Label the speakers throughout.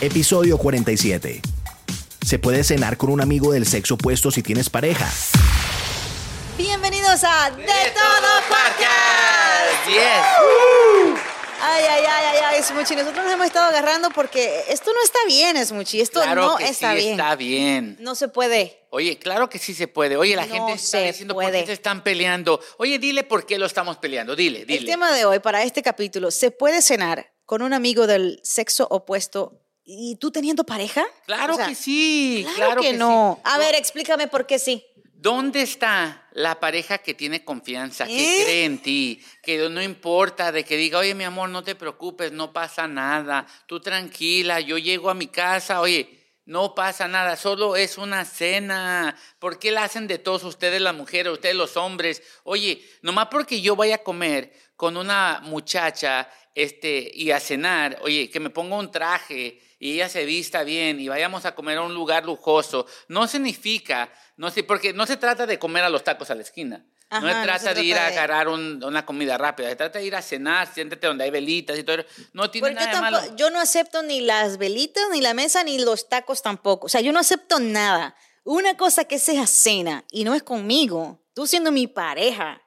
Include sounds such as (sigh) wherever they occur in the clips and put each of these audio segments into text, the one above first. Speaker 1: Episodio 47. Se puede cenar con un amigo del sexo opuesto si tienes pareja.
Speaker 2: Bienvenidos a De, Todo Podcast.
Speaker 3: Yes.
Speaker 2: Ay, ay, ay, ay, ay, Smuchi, nosotros nos hemos estado agarrando porque esto no está bien, Smuchi, esto
Speaker 3: Claro
Speaker 2: no
Speaker 3: que
Speaker 2: está
Speaker 3: sí
Speaker 2: bien.
Speaker 3: está bien.
Speaker 2: No se puede.
Speaker 3: Oye, claro que sí se puede. Oye, la
Speaker 2: No
Speaker 3: gente está
Speaker 2: se
Speaker 3: diciendo por
Speaker 2: puede.
Speaker 3: qué se están peleando. Oye, dile por qué lo estamos peleando. Dile, dile.
Speaker 2: El tema de hoy para este capítulo, ¿se puede cenar con un amigo del sexo opuesto y tú teniendo pareja?
Speaker 3: Claro
Speaker 2: O sea,
Speaker 3: que sí.
Speaker 2: Claro,
Speaker 3: Claro,
Speaker 2: que,
Speaker 3: sí.
Speaker 2: no. A
Speaker 3: No.
Speaker 2: ver, eh. explícame por qué sí.
Speaker 3: ¿Dónde está la pareja que tiene confianza,
Speaker 2: ¿Eh?
Speaker 3: que cree en ti, que no importa de que diga, oye, mi amor, no te preocupes, no pasa nada, tú tranquila, yo llego a mi casa, oye, no pasa nada, solo es una cena. ¿Por qué la hacen de todos ustedes las mujeres, ustedes los hombres? Oye, nomás porque yo vaya a comer con una muchacha este, y a cenar, oye, que me ponga un traje y ella se vista bien y vayamos a comer a un lugar lujoso, no significa, no sé, porque no se trata de comer a los tacos a la esquina. no
Speaker 2: Ajá,
Speaker 3: se trata de ir a
Speaker 2: de-
Speaker 3: agarrar un- una comida rápida, se trata de ir a cenar, siéntete donde hay velitas y todo. No tiene
Speaker 2: Porque yo,
Speaker 3: nada de malo.
Speaker 2: tampoco- yo no acepto ni las velitas, ni la mesa, ni los tacos tampoco. O sea, yo no acepto nada. Una cosa que sea cena y no es conmigo, tú siendo mi pareja.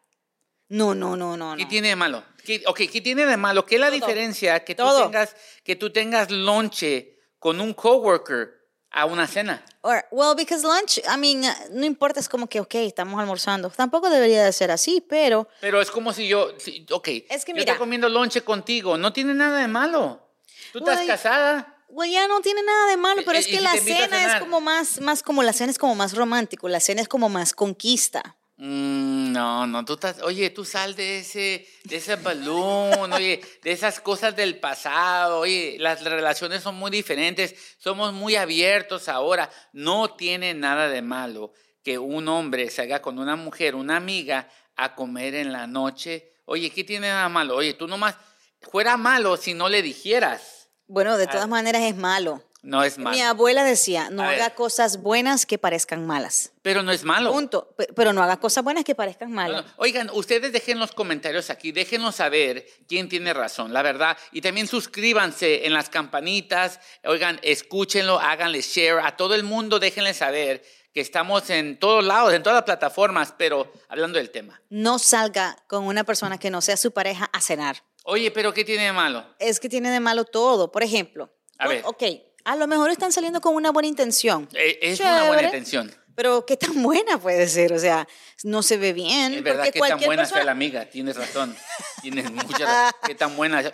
Speaker 2: No, no, no, no.
Speaker 3: ¿Qué
Speaker 2: no.
Speaker 3: tiene de malo? ¿Qué, ok, ¿qué tiene de malo? ¿Qué es la
Speaker 2: Todo.
Speaker 3: diferencia que tú,
Speaker 2: Todo.
Speaker 3: tengas, que tú tengas lonche con un coworker a una cena?
Speaker 2: Or- well, because lunch, I mean, uh, no importa, es como que, ok, estamos almorzando. Tampoco debería de ser así, pero
Speaker 3: Pero es como si yo, si- ok,
Speaker 2: Es que
Speaker 3: yo
Speaker 2: mira.
Speaker 3: estoy comiendo lonche contigo, no tiene nada de malo. Tú estás
Speaker 2: Güey.
Speaker 3: casada.
Speaker 2: Güey, ya no tiene nada de malo, pero
Speaker 3: Eh,
Speaker 2: es
Speaker 3: eh,
Speaker 2: que
Speaker 3: y
Speaker 2: la
Speaker 3: te invito a
Speaker 2: cena es
Speaker 3: cenar.
Speaker 2: como más, más como la cena es como más romántico, la cena es como más conquista.
Speaker 3: Mm, no, no, tú estás, oye, tú sal de ese, de ese balón, oye, de esas cosas del pasado, oye, las relaciones son muy diferentes, somos muy abiertos ahora, no tiene nada de malo que un hombre salga con una mujer, una amiga, a comer en la noche, oye, ¿qué tiene nada malo? Oye, tú nomás, fuera malo si no le dijeras,
Speaker 2: Bueno, de
Speaker 3: Ah.
Speaker 2: todas maneras es malo.
Speaker 3: no es
Speaker 2: Mi
Speaker 3: malo,
Speaker 2: abuela decía, no
Speaker 3: A ver.
Speaker 2: haga cosas buenas que parezcan malas.
Speaker 3: pero no es malo.
Speaker 2: Punto. Pe- Pero no haga cosas buenas que parezcan malas.
Speaker 3: Bueno, oigan, ustedes dejen los comentarios aquí, déjenos saber quién tiene razón, la verdad. Y también suscríbanse en las campanitas, oigan, escúchenlo, háganle share a todo el mundo, déjenle saber que estamos en todos lados, en todas las plataformas, pero hablando del tema.
Speaker 2: No salga con una persona que no sea su pareja a cenar.
Speaker 3: Oye, pero ¿qué tiene de malo?
Speaker 2: Es que tiene de malo todo. Por ejemplo,
Speaker 3: A
Speaker 2: o-
Speaker 3: ver.
Speaker 2: ok, a lo mejor están saliendo con una buena intención.
Speaker 3: Eh, Es una buena
Speaker 2: Chévere.
Speaker 3: intención.
Speaker 2: Pero qué tan (laughs) buena puede ser, o sea, no se ve bien.
Speaker 3: Es verdad
Speaker 2: porque
Speaker 3: que tan
Speaker 2: cualquier
Speaker 3: buena sea
Speaker 2: persona-
Speaker 3: la amiga,
Speaker 2: (laughs)
Speaker 3: tienes razón. Tienes mucha razón. Qué tan buena. sea-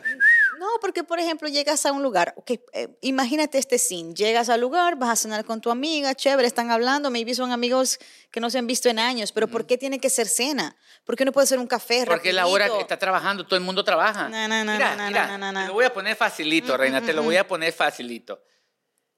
Speaker 2: No, porque por ejemplo llegas a un lugar, ok, eh, imagínate este scene, llegas al lugar, vas a cenar con tu amiga, chévere, están hablando, maybe son amigos que no se han visto en años, pero ¿por qué tiene que ser cena? ¿Por qué no puede ser un café?
Speaker 3: Porque la hora que
Speaker 2: rapidito?
Speaker 3: está trabajando, todo el mundo trabaja.
Speaker 2: No, no, no,
Speaker 3: mira,
Speaker 2: no, no,
Speaker 3: mira,
Speaker 2: no, no, no.
Speaker 3: Te lo voy a poner facilito,
Speaker 2: Mm,
Speaker 3: Reina,
Speaker 2: mm,
Speaker 3: te lo
Speaker 2: mm,
Speaker 3: voy a poner facilito.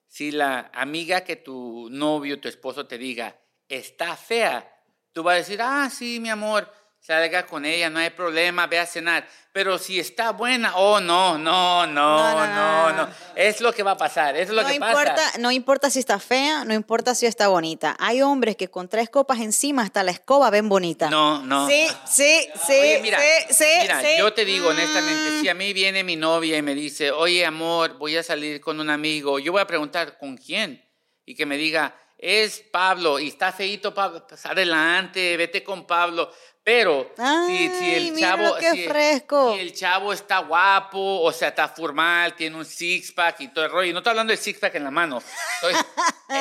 Speaker 3: Si la amiga que tu novio, tu esposo te diga, está fea, tú vas a decir, ah, sí, mi amor, salga con ella, no hay problema, ve a cenar. Pero si está buena, oh, no, no, no,
Speaker 2: No, no,
Speaker 3: no,
Speaker 2: no,
Speaker 3: no.
Speaker 2: no.
Speaker 3: Es lo que va a pasar, es lo
Speaker 2: no
Speaker 3: que
Speaker 2: importa,
Speaker 3: pasa.
Speaker 2: No importa si está fea, no importa si está bonita. Hay hombres que con tres copas encima hasta la escoba ven bonita.
Speaker 3: No, no.
Speaker 2: Sí, sí, sí,
Speaker 3: Oye, mira,
Speaker 2: sí, sí,
Speaker 3: mira,
Speaker 2: sí.
Speaker 3: yo te digo honestamente,
Speaker 2: Mm,
Speaker 3: si a mí viene mi novia y me dice, oye amor, voy a salir con un amigo, yo voy a preguntar con quién y que me diga, es Pablo y está feito Pablo, pues adelante, vete con Pablo. Pero si, si
Speaker 2: Ay,
Speaker 3: el
Speaker 2: mira
Speaker 3: chavo,
Speaker 2: lo que
Speaker 3: si-
Speaker 2: fresco.
Speaker 3: si el chavo está guapo, o sea, está formal, tiene un six pack y todo el rollo. Y No estoy hablando del six pack en la mano,
Speaker 2: (laughs)
Speaker 3: estoy,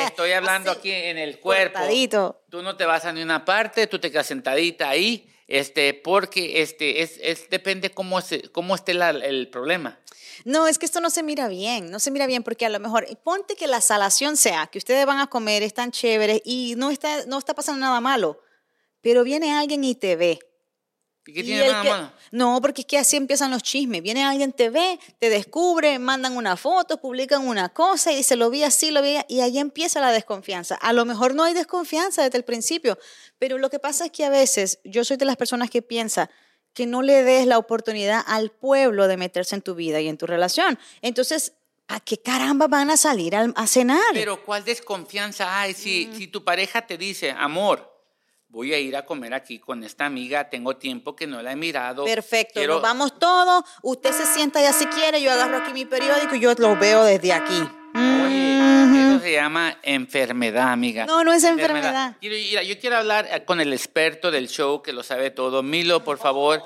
Speaker 3: estoy hablando
Speaker 2: Así,
Speaker 3: aquí en el cuerpo.
Speaker 2: cortadito.
Speaker 3: Tú no te vas a ni una parte, tú te quedas sentadita ahí, este, porque este, es, es, depende cómo, se, cómo esté la- el problema.
Speaker 2: No, es que esto no se mira bien, no se mira bien porque a lo mejor, ponte que la salación sea, que ustedes van a comer, están chéveres y no está, no está pasando nada malo, pero viene alguien y te ve.
Speaker 3: ¿Y qué
Speaker 2: Y
Speaker 3: tiene
Speaker 2: el
Speaker 3: nada
Speaker 2: que-
Speaker 3: malo?
Speaker 2: No, porque es que así empiezan los chismes. Viene alguien, te ve, te descubre, mandan una foto, publican una cosa y dice, lo vi así, lo vi, a-", y ahí empieza la desconfianza. A lo mejor no hay desconfianza desde el principio, pero lo que pasa es que a veces yo soy de las personas que piensa que no le des la oportunidad al pueblo de meterse en tu vida y en tu relación. Entonces, ¿a qué caramba van a salir al- a cenar?
Speaker 3: Pero ¿cuál desconfianza hay si,
Speaker 2: Mm.
Speaker 3: si tu pareja te dice, amor, voy a ir a comer aquí con esta amiga, tengo tiempo que no la he mirado.
Speaker 2: Perfecto,
Speaker 3: quiero-
Speaker 2: nos vamos todos, usted se sienta ya si quiere, yo agarro aquí mi periódico y yo lo veo desde aquí.
Speaker 3: Oye, eso se llama enfermedad, amiga.
Speaker 2: No, no es enfermedad.
Speaker 3: Quiero- mira, yo quiero hablar eh, con el experto del show que lo sabe todo. Milo, por favor.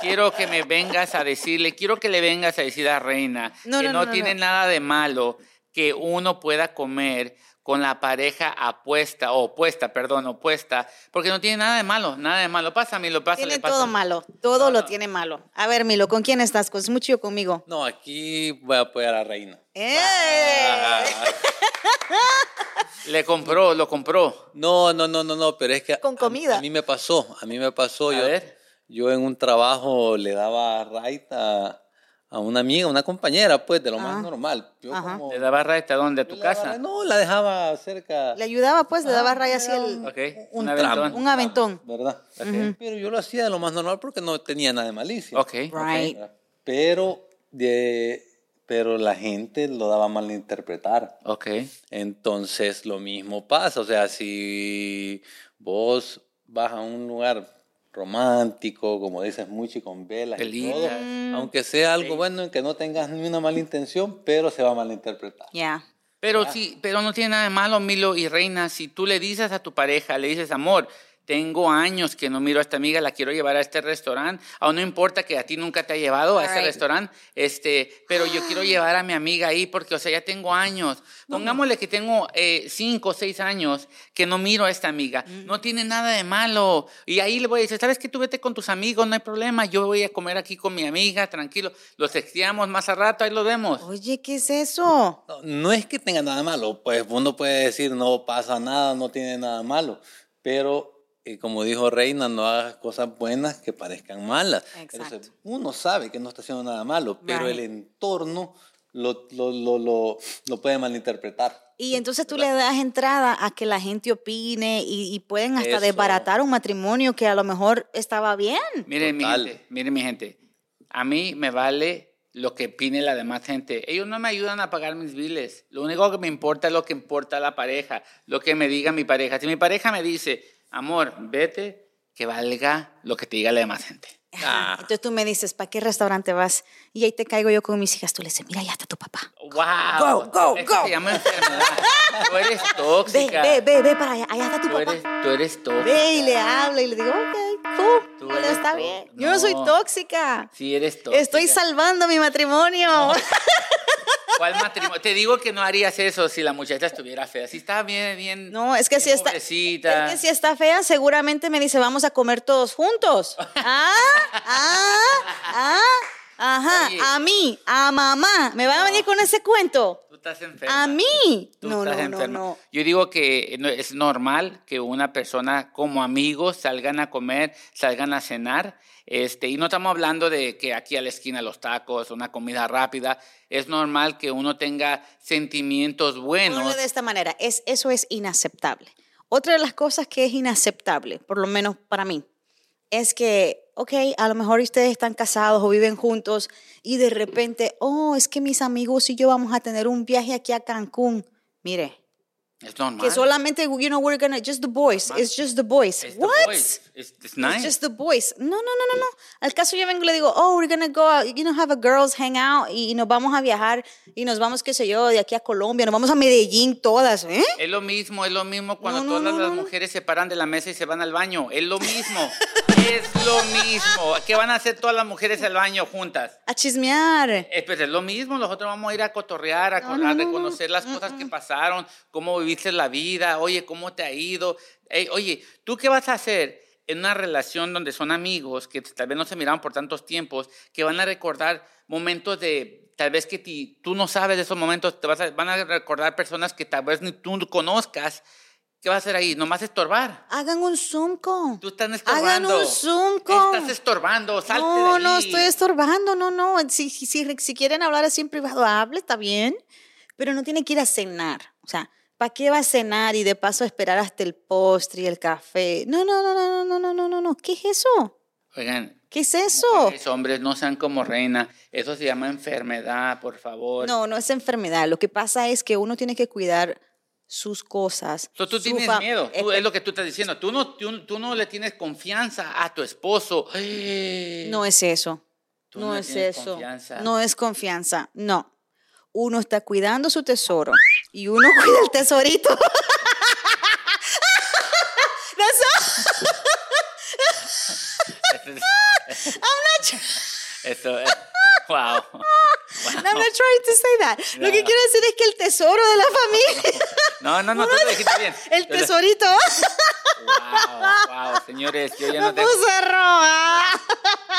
Speaker 3: Quiero que me vengas a decirle, quiero que le vengas a decir a Reina
Speaker 2: No,
Speaker 3: que
Speaker 2: no,
Speaker 3: no,
Speaker 2: no, no,
Speaker 3: tiene
Speaker 2: no.
Speaker 3: nada de malo que uno pueda comer con la pareja apuesta, o opuesta, perdón, opuesta, porque no tiene nada de malo, nada de malo. Pasa, Milo, pásale,
Speaker 2: Tiene
Speaker 3: pásale.
Speaker 2: todo malo, todo lo tiene malo. A ver, Milo, ¿con quién estás? ¿Con Smuchi o conmigo?
Speaker 4: No, aquí voy a apoyar a Reina. Ah,
Speaker 2: ¡Eh!
Speaker 3: Ah. Le compró, lo compró.
Speaker 4: No, no, no, no, no, pero es que...
Speaker 2: Con
Speaker 4: a-
Speaker 2: comida.
Speaker 4: A, mí me pasó, a mí me pasó.
Speaker 3: A
Speaker 4: yo,
Speaker 3: ver.
Speaker 4: yo en un trabajo le daba right a, a una amiga, una compañera, pues, de lo
Speaker 2: Ajá.
Speaker 4: más normal. Yo
Speaker 2: Ah. Ajá.
Speaker 4: como-
Speaker 3: ¿Le daba raíz a dónde? ¿A
Speaker 4: yo
Speaker 3: tu
Speaker 4: le daba
Speaker 3: casa?
Speaker 4: right, No, la dejaba cerca, Ah,
Speaker 2: Le ayudaba, pues, le daba raya así el,
Speaker 3: Ok,
Speaker 4: un
Speaker 3: una
Speaker 4: tramo.
Speaker 3: ventana.
Speaker 2: un aventón.
Speaker 4: ¿verdad? Pero yo lo hacía de lo más normal porque no tenía nada de malicia.
Speaker 3: Ok.
Speaker 2: Right.
Speaker 4: ¿verdad? Pero, de, pero la gente lo daba mal a interpretar.
Speaker 3: Ok.
Speaker 4: Entonces lo mismo pasa, o sea, si vos vas a un lugar romántico, como dices, mucho con velas y todo,
Speaker 3: Velitas.
Speaker 4: aunque sea algo
Speaker 3: Sí.
Speaker 4: bueno en que no tengas ni una mala intención, pero se va a malinterpretar.
Speaker 2: Ya.
Speaker 3: Pero sí, pero no tiene nada de malo, Milo y Reina, si tú le dices a tu pareja, le dices, amor, tengo años que no miro a esta amiga, la quiero llevar a este restaurante, aún no importa que a ti nunca te ha llevado a este
Speaker 2: Alright.
Speaker 3: restaurante, este, pero yo quiero llevar a mi amiga ahí porque, o sea, ya tengo años. Pongámosle que tengo eh, cinco o seis años que no miro a esta amiga, no tiene nada de malo. Y ahí le voy a decir, ¿sabes qué? Tú vete con tus amigos, no hay problema, yo voy a comer aquí con mi amiga, tranquilo, los texteamos más a rato, ahí lo vemos.
Speaker 2: Oye, ¿qué es eso?
Speaker 4: No, no es que tenga nada malo, pues uno puede decir no pasa nada, no tiene nada malo, pero eh, como dijo Reina, no hagas cosas buenas que parezcan malas.
Speaker 2: Exacto.
Speaker 4: uno sabe que no está haciendo nada malo, pero el
Speaker 2: Right.
Speaker 4: entorno lo, lo, lo, lo, lo puede malinterpretar.
Speaker 2: Y entonces tú le das entrada a que la gente opine y, y pueden hasta
Speaker 4: Eso.
Speaker 2: desbaratar un matrimonio que a lo mejor estaba bien.
Speaker 3: Miren mi
Speaker 4: Total.
Speaker 3: gente, miren mi gente. A mí me vale lo que opine la demás gente. Ellos no me ayudan a pagar mis biles. Lo único que me importa es lo que importa a la pareja, lo que me diga mi pareja. Si mi pareja me dice, amor, vete, que valga lo que te diga la demás gente.
Speaker 2: Ajá. Entonces tú me dices, ¿para qué restaurante vas? Y ahí te caigo yo con mis hijas. Tú le dices, mira, ya está tu papá. Go,
Speaker 3: ¡Wow!
Speaker 2: go,
Speaker 3: Eso
Speaker 2: go.
Speaker 3: se llama enfermedad. Tú eres
Speaker 2: Ve,
Speaker 3: tóxica.
Speaker 2: ve, ve, ve para allá. Allá está tu
Speaker 3: Tú
Speaker 2: papá.
Speaker 3: eres, tú eres tóxica.
Speaker 2: Ve y le habla y le digo, ok, cool.
Speaker 3: Tú
Speaker 2: Pero
Speaker 3: eres
Speaker 2: está
Speaker 3: tó-
Speaker 2: bien. Yo no soy
Speaker 3: no.
Speaker 2: tóxica.
Speaker 3: Sí, eres tóxica.
Speaker 2: Estoy salvando mi matrimonio.
Speaker 3: ¿Cuál matrimonio? Te digo que no harías eso si la muchacha estuviera fea. Si está bien, bien.
Speaker 2: No, es que
Speaker 3: bien
Speaker 2: si está, es
Speaker 3: pobrecita.
Speaker 2: que si está fea, seguramente me dice, vamos a comer todos
Speaker 3: (laughs)
Speaker 2: juntos. Ah, ah, ah, ajá,
Speaker 3: Oye.
Speaker 2: a mí, a mamá, me van a venir con ese cuento.
Speaker 3: Tú estás enferma.
Speaker 2: A mí.
Speaker 3: Tú
Speaker 2: No,
Speaker 3: estás
Speaker 2: no, no,
Speaker 3: enferma.
Speaker 2: no.
Speaker 3: Yo digo que no- es normal que una persona como amigos salgan a comer, salgan a cenar, este, y no estamos hablando de que aquí a la esquina los tacos, una comida rápida, es normal que uno tenga sentimientos
Speaker 2: Ponlo
Speaker 3: buenos.
Speaker 2: de esta manera, es, eso es inaceptable. Otra de las cosas que es inaceptable, por lo menos para mí, es que, ok, a lo mejor ustedes están casados o viven juntos y de repente, oh, es que mis amigos y yo vamos a tener un viaje aquí a Cancún. Mire,
Speaker 3: Es normal.
Speaker 2: que solamente, you know, we're gonna, just the boys, it's just the boys.
Speaker 3: It's the
Speaker 2: What?
Speaker 3: boys. It's- it's pues, nice.
Speaker 2: It's just the boys. No, no, no, no, no. Al caso yo vengo y le digo, oh, we're gonna go out, you know, have a girls hang out y, y nos vamos a viajar y nos vamos, qué sé yo, de aquí a Colombia, nos vamos a Medellín todas, ¿eh?
Speaker 3: Es lo mismo, es lo mismo cuando
Speaker 2: No, no,
Speaker 3: todas
Speaker 2: no,
Speaker 3: las
Speaker 2: no.
Speaker 3: mujeres se paran de la mesa y se van al baño. Es lo mismo. (laughs) es lo mismo. ¿Qué van a hacer todas las mujeres al baño juntas?
Speaker 2: A chismear.
Speaker 3: Eh, pues es lo mismo, nosotros vamos a ir a cotorrear, a, co- a reconocer las cosas que pasaron, cómo viviste la vida, oye, cómo te ha ido. Ey, oye, ¿tú qué vas a hacer en una relación donde son amigos que tal vez no se miraban por tantos tiempos, que van a recordar momentos de, tal vez que ti- tú no sabes de esos momentos, te vas a- van a recordar personas que tal vez ni tú conozcas? ¿Qué vas a hacer ahí? Nomás estorbar.
Speaker 2: Hagan un Zoom call.
Speaker 3: Tú estás estorbando.
Speaker 2: Hagan un Zoom call.
Speaker 3: Estás estorbando, salte
Speaker 2: no,
Speaker 3: de
Speaker 2: no,
Speaker 3: ahí.
Speaker 2: estoy estorbando, no, no. Si, si, si- si quieren hablar así en privado, hable, está bien. Pero no tiene que ir a cenar. O sea, ¿para qué va a cenar y de paso esperar hasta el postre y el café? No, no, no, no, no, no, no, no, no. ¿Qué es eso?
Speaker 3: Oigan,
Speaker 2: ¿Qué es eso?
Speaker 3: Mujeres, hombres, no sean como reina. Eso se llama enfermedad, por favor.
Speaker 2: No, no es enfermedad. Lo que pasa es que uno tiene que cuidar sus cosas.
Speaker 3: So, tú
Speaker 2: su
Speaker 3: tienes
Speaker 2: fa-
Speaker 3: miedo. Tú-
Speaker 2: Eh,
Speaker 3: es lo que tú estás diciendo. Tú no, tú, tú no le tienes confianza a tu esposo.
Speaker 2: No es eso.
Speaker 3: Tú
Speaker 2: No,
Speaker 3: no le
Speaker 2: Eh, es
Speaker 3: tienes
Speaker 2: eso.
Speaker 3: confianza.
Speaker 2: No es confianza. No. uno está cuidando su tesoro y uno (laughs) cuida el tesorito.
Speaker 3: (laughs) (laughs)
Speaker 2: Ah,
Speaker 3: Eso es. Wow.
Speaker 2: No, I'm not trying to say that. Lo que
Speaker 3: No.
Speaker 2: quiero decir es que el tesoro de la familia,
Speaker 3: No, no, no, tú lo dijiste bien.
Speaker 2: el
Speaker 3: Tú lo-
Speaker 2: tesorito,
Speaker 3: (laughs) Wow, wow, señores,
Speaker 2: (laughs)
Speaker 3: yo ya no
Speaker 2: me
Speaker 3: tengo,
Speaker 2: puse roja.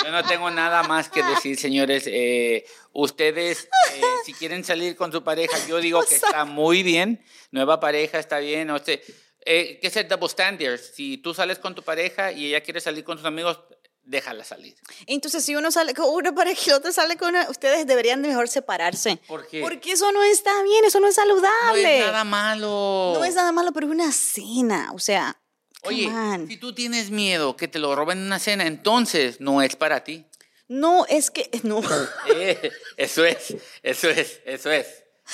Speaker 3: yo no tengo nada más que decir, señores. Eh, ustedes, eh, si quieren salir con su pareja, yo digo que está muy bien. Nueva pareja está bien. O sea, eh, ¿Qué es el double standard? Si tú sales con tu pareja y ella quiere salir con sus amigos, déjala salir.
Speaker 2: Entonces, si uno sale con una pareja y el otro sale con una, ustedes deberían de mejor separarse.
Speaker 3: ¿Por qué?
Speaker 2: Porque eso no está bien, eso no es
Speaker 3: No
Speaker 2: saludable.
Speaker 3: es nada malo.
Speaker 2: No es nada malo, pero es una cena, o sea, come
Speaker 3: Oye,
Speaker 2: on.
Speaker 3: si tú tienes miedo que te lo roben en una cena, entonces no es para ti. (laughs)
Speaker 2: no es que (laughs) no.
Speaker 3: Eh, eso es, eso es, eso es.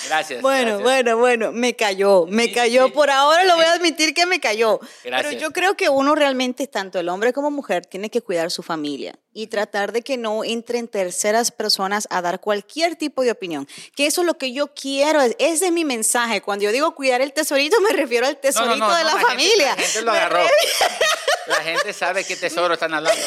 Speaker 3: Gracias.
Speaker 2: Bueno,
Speaker 3: gracias.
Speaker 2: bueno, bueno, me cayó, me
Speaker 3: Sí,
Speaker 2: cayó.
Speaker 3: sí.
Speaker 2: Por ahora lo voy a admitir que me cayó. Pero
Speaker 3: Gracias.
Speaker 2: yo creo que uno realmente, tanto el hombre como mujer, tiene que cuidar su familia y tratar de que no entren terceras personas a dar cualquier tipo de opinión. Que eso es lo que yo quiero, es- ese es mi mensaje. Cuando yo digo cuidar el tesorito, me refiero al
Speaker 3: No,
Speaker 2: tesorito
Speaker 3: no, no,
Speaker 2: de
Speaker 3: no,
Speaker 2: la,
Speaker 3: gente-
Speaker 2: familia.
Speaker 3: la gente lo
Speaker 2: Me
Speaker 3: agarró. La gente sabe qué tesoro están hablando.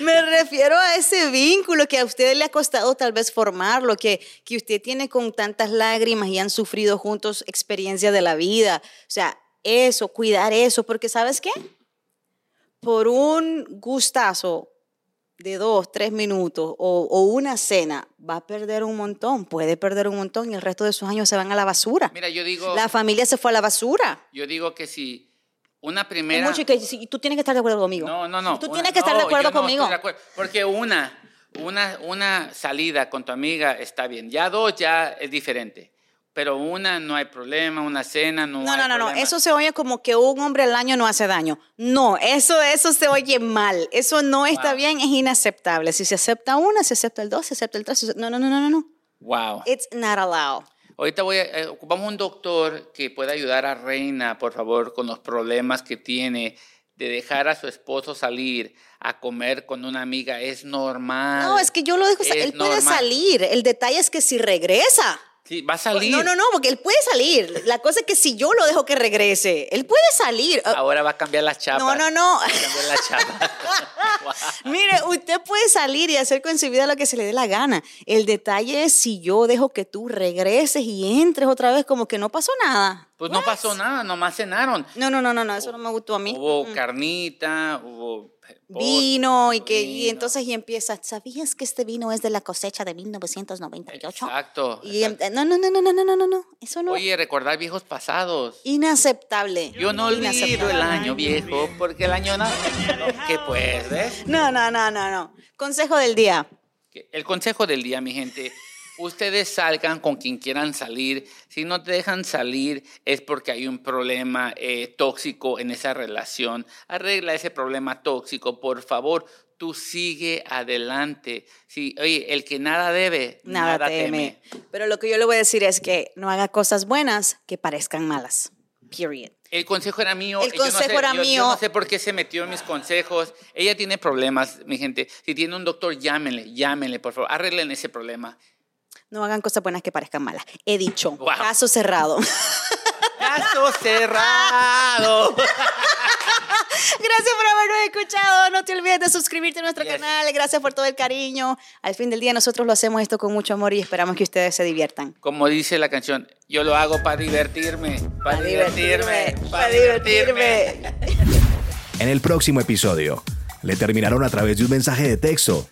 Speaker 2: Me refiero a ese vínculo que a usted le ha costado tal vez formarlo, que, que usted tiene con tantas lágrimas y han sufrido juntos experiencias de la vida. O sea, eso, cuidar eso, porque ¿sabes qué? Por un gustazo de dos, tres minutos o, o una cena, va a perder un montón, puede perder un montón y el resto de sus años se van a la basura.
Speaker 3: Mira, yo digo,
Speaker 2: La familia se fue a la basura.
Speaker 3: yo digo que si una
Speaker 2: Es
Speaker 3: primera.
Speaker 2: mucho y que, si- tú tienes que estar de acuerdo conmigo.
Speaker 3: No, no, no.
Speaker 2: Tú
Speaker 3: una-
Speaker 2: tienes que estar
Speaker 3: no,
Speaker 2: de acuerdo
Speaker 3: yo no estoy
Speaker 2: conmigo.
Speaker 3: de acuerdo. porque una, una, una salida con tu amiga está bien. Ya dos ya es diferente. Pero una no hay problema, una cena no,
Speaker 2: No,
Speaker 3: hay
Speaker 2: no, no, no.
Speaker 3: problema.
Speaker 2: Eso se oye como que un hombre al año no hace daño. No, eso, eso se oye mal. Eso no está
Speaker 3: Wow.
Speaker 2: bien, es inaceptable. Si se acepta una, se acepta el dos, se acepta el tres. se acepta- No, no, no, no, no, no.
Speaker 3: Wow.
Speaker 2: It's not allowed.
Speaker 3: Ahorita voy a, eh, ocupamos un doctor que pueda ayudar a Reina, por favor, con los problemas que tiene de dejar a su esposo salir a comer con una amiga. Es normal.
Speaker 2: No, es que yo lo dejo. sa-
Speaker 3: Ah, Es
Speaker 2: él puede
Speaker 3: normal.
Speaker 2: salir. El detalle es que si regresa.
Speaker 3: Sí, va a salir.
Speaker 2: No, no, no, porque él puede salir. La cosa es que si yo lo dejo que regrese, él puede salir.
Speaker 3: (laughs)
Speaker 2: Ah,
Speaker 3: Ahora va a cambiar las chapas.
Speaker 2: No, no, no.
Speaker 3: Va a cambiar
Speaker 2: (laughs)
Speaker 3: las chapas.
Speaker 2: Mire, usted puede salir y hacer con su vida lo que se le dé la gana. El detalle es si yo dejo que tú regreses y entres otra vez como que no pasó nada.
Speaker 3: Pues no pasó nada, nomás cenaron.
Speaker 2: No, no, no, no, no, eso no me gustó a mí.
Speaker 3: Hubo carnita, hubo eh,
Speaker 2: Vino y que y
Speaker 3: vino.
Speaker 2: entonces y empieza, ¿sabías que este vino es de la cosecha de 1998?
Speaker 3: Exacto.
Speaker 2: Y em-
Speaker 3: exacto.
Speaker 2: no, no, no, no, no, no, no, no, no, eso no.
Speaker 3: Oye, recordar viejos pasados.
Speaker 2: Inaceptable.
Speaker 3: Yo no olvido
Speaker 2: Inaceptable.
Speaker 3: el año viejo porque el año nada. ¿Qué pues, ves?
Speaker 2: No, no, no, no, no. Consejo del día.
Speaker 3: Que El consejo del día, mi gente. Ustedes salgan con quien quieran salir. Si no te dejan salir es porque hay un problema eh, tóxico en esa relación. Arregla ese problema tóxico, por favor. Tú sigue adelante. Sí, oye, el que nada debe,
Speaker 2: Nada, teme. Pero lo que yo le voy a decir es que no haga cosas buenas que parezcan malas. Period.
Speaker 3: El consejo era mío.
Speaker 2: El
Speaker 3: yo no sé-
Speaker 2: consejo era
Speaker 3: yo- yo
Speaker 2: mío.
Speaker 3: no sé por qué se metió en mis consejos. Ella tiene problemas, mi gente. Si tiene un doctor, llámenle, llámenle, por favor. Arreglen ese problema.
Speaker 2: No hagan cosas buenas que parezcan malas. He dicho.
Speaker 3: Wow.
Speaker 2: Caso cerrado.
Speaker 3: Caso cerrado.
Speaker 2: Gracias por habernos escuchado. No te olvides de suscribirte a nuestro
Speaker 3: Yes.
Speaker 2: canal. Gracias por todo el cariño. Al fin del día nosotros lo hacemos esto con mucho amor y esperamos que ustedes se diviertan.
Speaker 3: Como dice la canción, yo lo hago para divertirme, para divertirme, para divertirme.
Speaker 1: En el próximo episodio, le terminaron a través de un mensaje de texto.